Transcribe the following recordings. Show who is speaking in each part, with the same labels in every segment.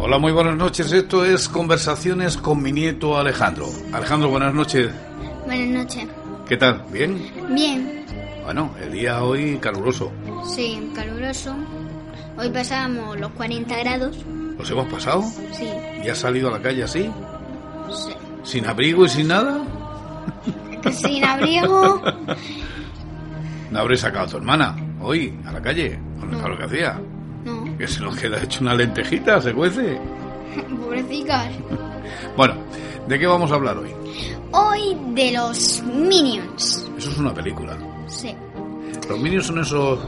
Speaker 1: Hola, muy buenas noches. Esto es Conversaciones con mi nieto Alejandro. Alejandro, buenas noches.
Speaker 2: Buenas noches.
Speaker 1: ¿Qué tal? ¿Bien?
Speaker 2: Bien,
Speaker 1: Bueno, el día hoy caluroso.
Speaker 2: sí, caluroso. Hoy pasamos los 40 grados.
Speaker 1: ¿Los hemos pasado?
Speaker 2: Sí,
Speaker 1: ¿Y has salido a la calle así?
Speaker 2: sí.
Speaker 1: ¿Sin abrigo y sin nada?
Speaker 2: Sin abrigo.
Speaker 1: ¿No habré sacado a tu hermana hoy a la calle? Con el
Speaker 2: No.
Speaker 1: calor que hacía.
Speaker 2: No,
Speaker 1: Que se nos queda hecho una lentejita, se cuece.
Speaker 2: pobrecicas.
Speaker 1: Bueno, ¿de qué vamos a hablar hoy?
Speaker 2: Hoy de los Minions.
Speaker 1: Eso es una película.
Speaker 2: Sí.
Speaker 1: Los minions son esos...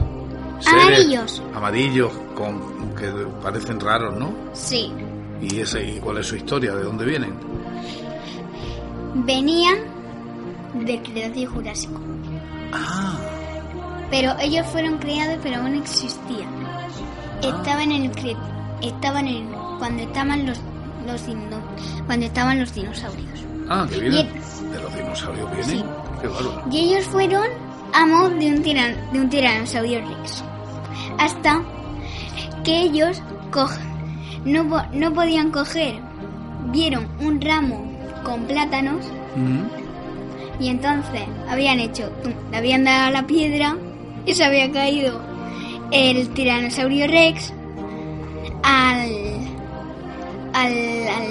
Speaker 2: Amarillos.
Speaker 1: Amarillos, con, que parecen raros, ¿no?
Speaker 2: Sí.
Speaker 1: ¿Y, ese, ¿Y cuál es su historia? ¿De dónde vienen?
Speaker 2: Venían del Cretácico Jurásico.
Speaker 1: Ah,
Speaker 2: Pero ellos fueron creados pero aún existían. Estaban en el cre- estaban en cuando estaban los los dino- cuando estaban los dinosaurios.
Speaker 1: ah que vienen
Speaker 2: Bien.
Speaker 1: de los dinosaurios, vienen.
Speaker 2: Sí.
Speaker 1: Qué bárbaro.
Speaker 2: Y ellos fueron amos de un, tiran, de un tiranosaurio Rex. Hasta que ellos co- no, po- no podían coger. Vieron un ramo con plátanos
Speaker 1: Mm.
Speaker 2: y entonces habían hecho, tum, le habían dado a la piedra y se había caído el tiranosaurio Rex al. al. al.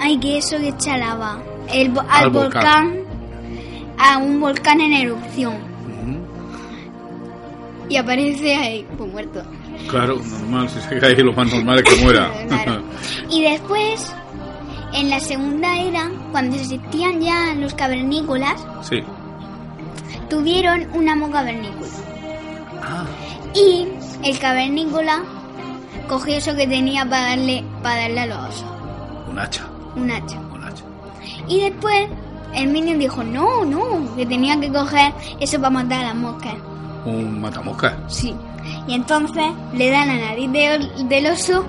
Speaker 2: ay, que eso que echa lava. El vo- al,
Speaker 1: Al volcán.
Speaker 2: volcán, a un volcán en erupción.
Speaker 1: Mm.
Speaker 2: Y aparece ahí, pues muerto.
Speaker 1: Claro, normal, si se cae lo más normal es que muera.
Speaker 2: Claro. Y después, en la segunda era, cuando existían ya los cavernícolas,
Speaker 1: sí.
Speaker 2: tuvieron un amo cavernícola.
Speaker 1: Ah,
Speaker 2: Y el cavernícola cogió eso que tenía para darle, para darle a los osos,
Speaker 1: un hacha,
Speaker 2: un hacha.
Speaker 1: un hacha.
Speaker 2: Y después, el minion dijo, no, no, que tenía que coger eso para matar a las moscas.
Speaker 1: Un matamosca.
Speaker 2: Sí. Y entonces le dan la nariz de- del oso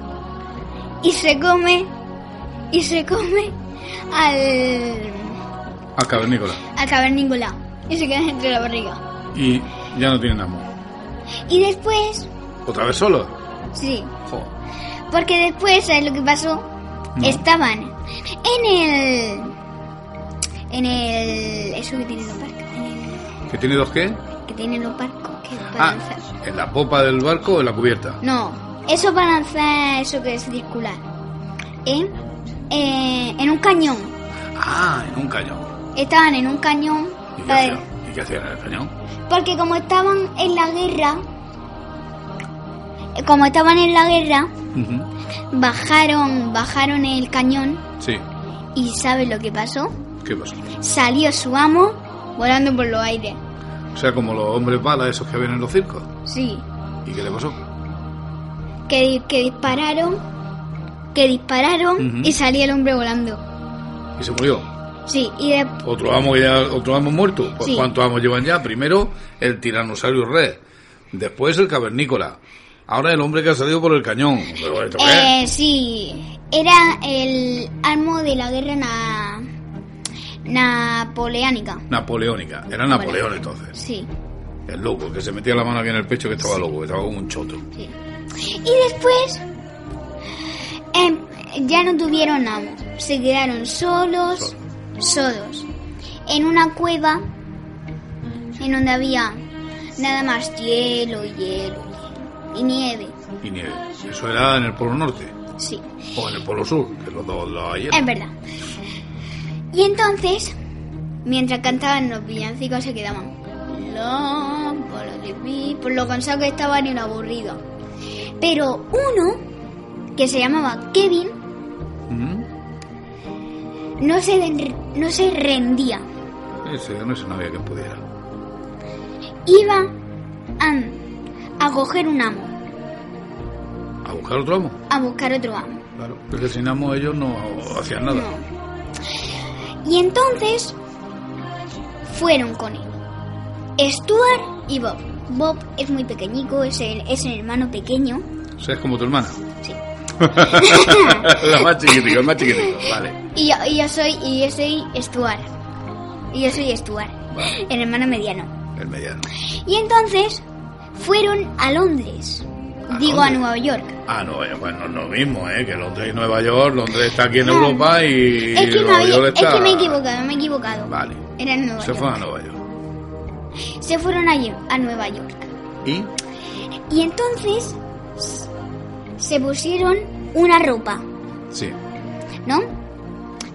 Speaker 2: y se come. Y se come al.
Speaker 1: A cavernícola.
Speaker 2: al cavernícola. Y se queda entre la barriga.
Speaker 1: Y ya no tienen amor.
Speaker 2: Y después.
Speaker 1: ¿Otra vez solo?
Speaker 2: Sí.
Speaker 1: Jo.
Speaker 2: Porque después, ¿sabes lo que pasó?
Speaker 1: No.
Speaker 2: Estaban en el. En el. Eso que tienen los barcos. En el.
Speaker 1: ¿Que tiene dos qué?
Speaker 2: Que tienen los barcos. Que para
Speaker 1: Ah,
Speaker 2: lanzar.
Speaker 1: en la popa del barco o en la cubierta.
Speaker 2: No. Eso para lanzar eso que es circular. ¿Eh? Eh, en un cañón.
Speaker 1: Ah, en un cañón.
Speaker 2: Estaban en un cañón.
Speaker 1: ¿Y qué,
Speaker 2: eh,
Speaker 1: hacían? ¿Y qué hacían en el cañón?
Speaker 2: Porque como estaban en la guerra, eh, como estaban en la guerra,
Speaker 1: Ujú.
Speaker 2: bajaron, bajaron el cañón
Speaker 1: Sí.
Speaker 2: y ¿sabes lo que pasó?
Speaker 1: ¿Qué pasó?
Speaker 2: Salió su amo volando por los aires.
Speaker 1: O sea, como los hombres balas esos que vienen en los circos.
Speaker 2: Sí.
Speaker 1: ¿Y qué le pasó?
Speaker 2: Que, di- que dispararon, que dispararon
Speaker 1: Ujú.
Speaker 2: y salió el hombre volando.
Speaker 1: Y se murió.
Speaker 2: Sí, y de-
Speaker 1: Otro amo ya, otro amo muerto. Pues
Speaker 2: Sí.
Speaker 1: cuántos amos llevan ya. Primero el tiranosaurio red, después el cavernícola, ahora el hombre que ha salido por el cañón. Pero esto qué
Speaker 2: eh, sí, era el amo de la guerra na- napoleónica.
Speaker 1: es? Napoleónica. Era Napoleón entonces.
Speaker 2: Sí.
Speaker 1: El loco que se metía la mano aquí en el pecho que estaba loco, que estaba como un choto.
Speaker 2: Sí. Y después em, ya no tuvieron amo, se quedaron solos, solos, en una cueva en donde había nada más hielo, hielo, hielo y nieve.
Speaker 1: Y nieve. Eso era en el Polo Norte
Speaker 2: Sí,
Speaker 1: o en el Polo Sur, que los dos los hay.
Speaker 2: es verdad. Y entonces, mientras cantaban los villancicos se quedaban "Lo, polo de pi", por lo cansado que estaban y lo aburrido. Pero uno, que se llamaba Kevin,
Speaker 1: Mm.
Speaker 2: no se, den- no se rendía.
Speaker 1: Ese, no se no había quien pudiera.
Speaker 2: Iba a- a coger un amo,
Speaker 1: A buscar otro amo.
Speaker 2: a buscar otro amo.
Speaker 1: Claro. Porque sin amo ellos no hacían nada.
Speaker 2: No. Y entonces fueron con él. Stuart y Bob. Bob es muy pequeñico, es el, es el hermano pequeño.
Speaker 1: O sea, es como tu hermana.
Speaker 2: Sí.
Speaker 1: la más chiquitica, el más chiquitico. Vale.
Speaker 2: Y yo, y yo soy y yo soy Stuart. Y yo soy Stuart, el hermano mediano.
Speaker 1: El mediano.
Speaker 2: Y entonces fueron a Londres.
Speaker 1: ¿A
Speaker 2: digo
Speaker 1: Londres?
Speaker 2: a Nueva York.
Speaker 1: Ah, no, eh, bueno, es lo mismo, ¿eh? Que Londres y Nueva York, Londres está aquí en
Speaker 2: Claro.
Speaker 1: Europa y
Speaker 2: Ah, es, que me
Speaker 1: Nueva
Speaker 2: había-
Speaker 1: York
Speaker 2: es
Speaker 1: está...
Speaker 2: que me he equivocado, me he equivocado.
Speaker 1: Vale.
Speaker 2: Era en Nueva
Speaker 1: Se
Speaker 2: York.
Speaker 1: fue a Nueva York.
Speaker 2: Se fueron a, Yo- a Nueva York.
Speaker 1: ¿Y?
Speaker 2: Y entonces s- se pusieron una ropa,
Speaker 1: Sí.
Speaker 2: ¿no?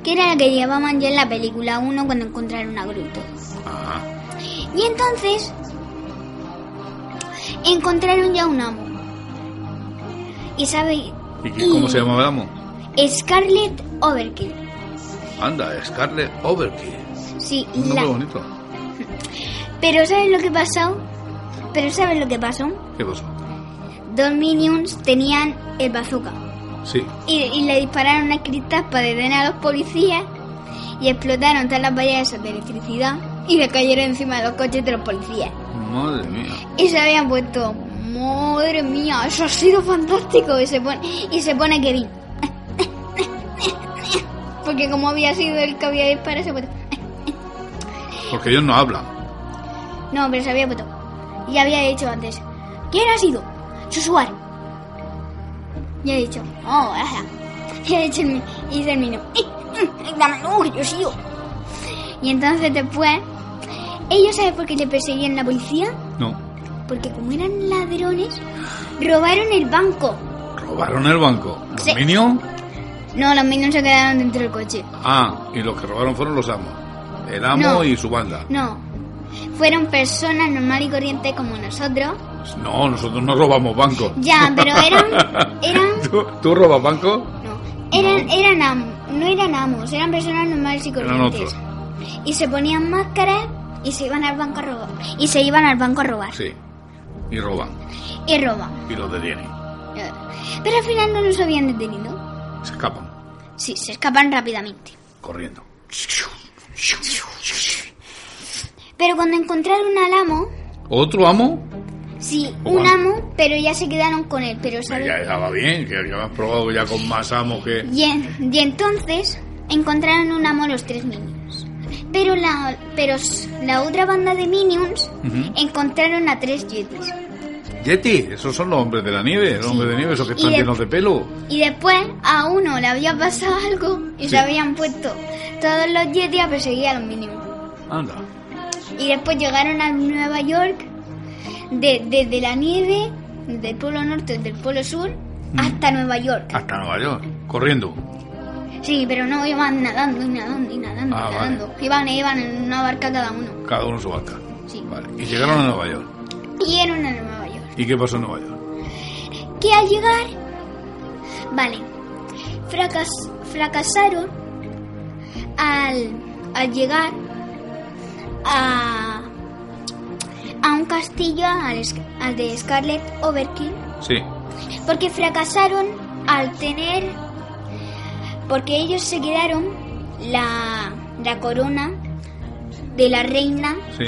Speaker 2: Que era la que llevaban ya en la película 1 cuando encontraron a Gruto.
Speaker 1: Ajá.
Speaker 2: Y entonces encontraron ya un amo. Y sabe...
Speaker 1: ¿Y qué- cómo se llamaba el amo?
Speaker 2: Scarlett Overkill.
Speaker 1: Anda, Scarlett Overkill.
Speaker 2: Sí,
Speaker 1: Un
Speaker 2: la-
Speaker 1: nombre bonito.
Speaker 2: Pero ¿sabes lo que pasó? Pero ¿sabes lo que pasó?
Speaker 1: ¿Qué pasó?
Speaker 2: Dos minions tenían el bazooka.
Speaker 1: Sí.
Speaker 2: y, y le dispararon unas cristas para detener a los policías y explotaron todas las vallas esas de electricidad y le cayeron encima de los coches de los policías.
Speaker 1: Madre mía.
Speaker 2: Y se habían puesto, madre mía, eso ha sido fantástico. Y se pone, y se pone que di. Porque como había sido el que había disparado, se puso.
Speaker 1: Porque ellos no hablan.
Speaker 2: No, pero se había puesto. Y había dicho antes, ¿quién ha sido? Susuar. Y he dicho, oh, ajá. Y ha dicho el, mi- y dice el "Eh, mm, niño, dame luz, yo sigo. Y entonces después, ellos saben por qué le perseguían la policía,
Speaker 1: No.
Speaker 2: porque como eran ladrones, robaron el banco.
Speaker 1: Robaron el banco. ¿Los
Speaker 2: Sí.
Speaker 1: Minions?
Speaker 2: No, los niños se quedaron dentro del coche.
Speaker 1: Ah, y los que robaron fueron los amos. El amo
Speaker 2: No.
Speaker 1: y su banda.
Speaker 2: No, fueron personas normal y corrientes como nosotros.
Speaker 1: No, nosotros no robamos bancos.
Speaker 2: Ya, pero eran, eran
Speaker 1: ¿Tú, tú robas bancos?
Speaker 2: No, eran, eran am- no eran amos, eran personas normales y
Speaker 1: Eran
Speaker 2: corrientes. Y se ponían máscaras y se iban al banco a robar. Y se iban al banco a robar.
Speaker 1: Sí. Y roban.
Speaker 2: Y roban.
Speaker 1: Y los detienen.
Speaker 2: Eh, Pero al final no los habían detenido.
Speaker 1: Se escapan.
Speaker 2: Sí, se escapan rápidamente.
Speaker 1: Corriendo.
Speaker 2: Pero cuando encontraron al amo,
Speaker 1: ¿Otro amo?
Speaker 2: sí,
Speaker 1: Ojo.
Speaker 2: un amo, pero ya se quedaron con él. Pero
Speaker 1: Ya,
Speaker 2: ¿sabes?
Speaker 1: Oh, ya va bien, que ya has probado ya con más amos que...
Speaker 2: Y, en- y entonces encontraron un amo los tres minions. Pero la, pero s- la otra banda de minions
Speaker 1: Ujú.
Speaker 2: encontraron a tres yetis.
Speaker 1: Yeti, esos son los hombres de la nieve, los
Speaker 2: Sí.
Speaker 1: hombres de nieve, esos que
Speaker 2: Y
Speaker 1: están
Speaker 2: de-
Speaker 1: llenos de pelo.
Speaker 2: Y después a uno le había pasado algo y
Speaker 1: Sí.
Speaker 2: se habían puesto todos los Yeti a perseguir a los Minions.
Speaker 1: Anda.
Speaker 2: Y después llegaron a Nueva York de- desde la nieve, desde el Polo Norte, desde el Polo Sur,
Speaker 1: Mm.
Speaker 2: hasta Nueva York.
Speaker 1: Hasta Nueva York. Corriendo.
Speaker 2: Sí, pero no, iban nadando y nadando y nadando
Speaker 1: Ah,
Speaker 2: y
Speaker 1: vale.
Speaker 2: nadando. Iban, iban en una barca cada uno.
Speaker 1: Cada uno en su barca.
Speaker 2: Sí.
Speaker 1: Vale. Y llegaron a Nueva York.
Speaker 2: Y era una Nueva York.
Speaker 1: ¿Y qué pasó en Nueva York?
Speaker 2: Que al llegar, vale, fracas- fracasaron al, al llegar a, a un castillo, al, es- al de Scarlett Overkill,
Speaker 1: Sí.
Speaker 2: porque fracasaron al tener, porque ellos se quedaron la, la corona de la reina
Speaker 1: Sí.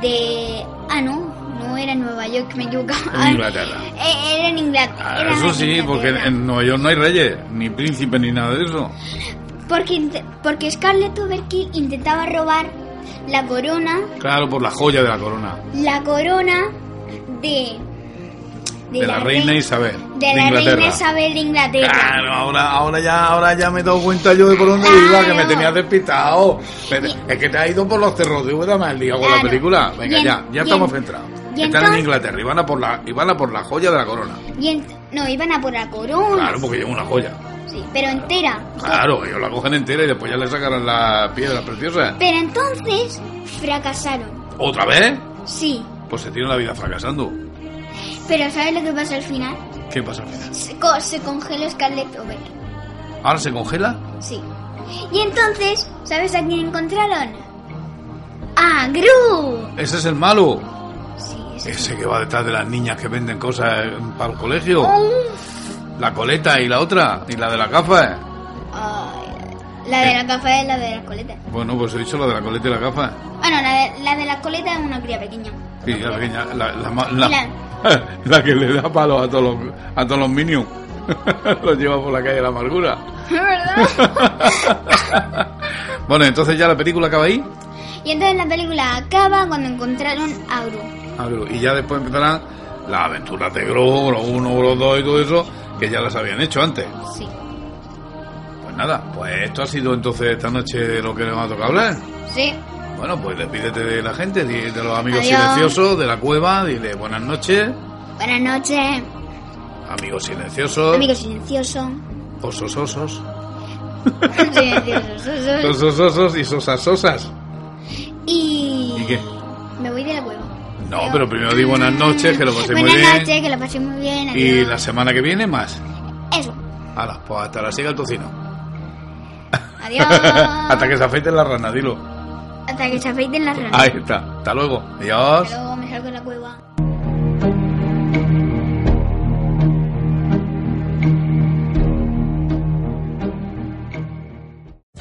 Speaker 2: de... Ah, no, no era en Nueva York, me equivocaba.
Speaker 1: En Inglaterra.
Speaker 2: Eh, Era en Inglaterra.
Speaker 1: Ah, eso sí, porque en, en Nueva York no hay reyes, ni príncipes, ni nada de eso.
Speaker 2: Porque, inte- porque Scarlett Overkill intentaba robar la corona,
Speaker 1: Claro, por la joya de la corona.
Speaker 2: la corona de...
Speaker 1: De, la, reina Isabel.
Speaker 2: De, la reina Isabel de Inglaterra.
Speaker 1: Claro, ahora, ahora ya, ahora ya me he dado cuenta yo de por dónde iba, que me
Speaker 2: Claro.
Speaker 1: tenías despistado. Pero es que te has ido por los terrores, me has liado con la
Speaker 2: Claro.
Speaker 1: película. Venga,
Speaker 2: Y en-
Speaker 1: ya,
Speaker 2: y
Speaker 1: ya
Speaker 2: en-
Speaker 1: estamos centrados.
Speaker 2: y
Speaker 1: Están en
Speaker 2: entonces-
Speaker 1: Inglaterra y van a por la, y van a por la joya de la corona.
Speaker 2: Y en- no, iban a por la corona.
Speaker 1: Claro, porque lleva una joya.
Speaker 2: Sí, pero entera.
Speaker 1: Claro, ellos la cogen entera y después ya le sacarán la piedra preciosa.
Speaker 2: Pero entonces fracasaron.
Speaker 1: ¿Otra vez?
Speaker 2: Sí.
Speaker 1: Pues se tiene la vida fracasando.
Speaker 2: Pero ¿sabes lo que pasó al final?
Speaker 1: ¿Qué pasa al final?
Speaker 2: Se, co- se congeló Scarlett Overkill.
Speaker 1: ¿Ahora se congela?
Speaker 2: Sí. Y entonces, ¿sabes a quién encontraron? ¡A Gru!
Speaker 1: Ese es el malo.
Speaker 2: Sí, ese es-
Speaker 1: Ese que va detrás de las niñas que venden cosas eh, para el colegio.
Speaker 2: Uf.
Speaker 1: La coleta y la otra. Y la de la gafa.
Speaker 2: Ay, la de la gafa es la de la coleta.
Speaker 1: Bueno, pues he dicho la de la coleta y la gafa.
Speaker 2: Bueno, la de la, de la coleta es una cría pequeña.
Speaker 1: Y la pequeña. La, la ma- la-
Speaker 2: La-
Speaker 1: la que le da palos a todos los, a todos los minions. los lleva por la calle de la amargura.
Speaker 2: ¿Verdad?
Speaker 1: bueno, entonces ya la película acaba ahí.
Speaker 2: y entonces la película acaba cuando encontraron a Gru.
Speaker 1: A ver, Y ya después empezarán las aventuras de Gro, Gro 1, Gro 2 y todo eso, que ya las habían hecho antes.
Speaker 2: Sí,
Speaker 1: Pues nada, pues esto ha sido entonces esta noche lo que nos ha tocado hablar.
Speaker 2: sí.
Speaker 1: Bueno, pues despídete de la gente, di- de los amigos
Speaker 2: Adiós.
Speaker 1: silenciosos, de la cueva, dile buenas noches,
Speaker 2: Buenas noches,
Speaker 1: amigos silenciosos,
Speaker 2: amigo silencioso.
Speaker 1: osos osos,
Speaker 2: silencioso, so, so.
Speaker 1: osos osos y sosas sosas.
Speaker 2: Y...
Speaker 1: ¿Y qué?
Speaker 2: Me voy del huevo.
Speaker 1: No, pero primero di buenas noches, que lo paséis muy
Speaker 2: Buenas
Speaker 1: bien.
Speaker 2: noches, que lo paséis muy bien.
Speaker 1: Y
Speaker 2: adiós.
Speaker 1: la semana que viene más.
Speaker 2: Eso.
Speaker 1: A las, pues hasta la siga el tocino.
Speaker 2: Adiós.
Speaker 1: hasta que se afeiten las ranas, dilo.
Speaker 2: Hasta que se afeiten las ranas.
Speaker 1: Ahí está. Hasta luego. Adiós.
Speaker 2: Luego me salgo de la cueva.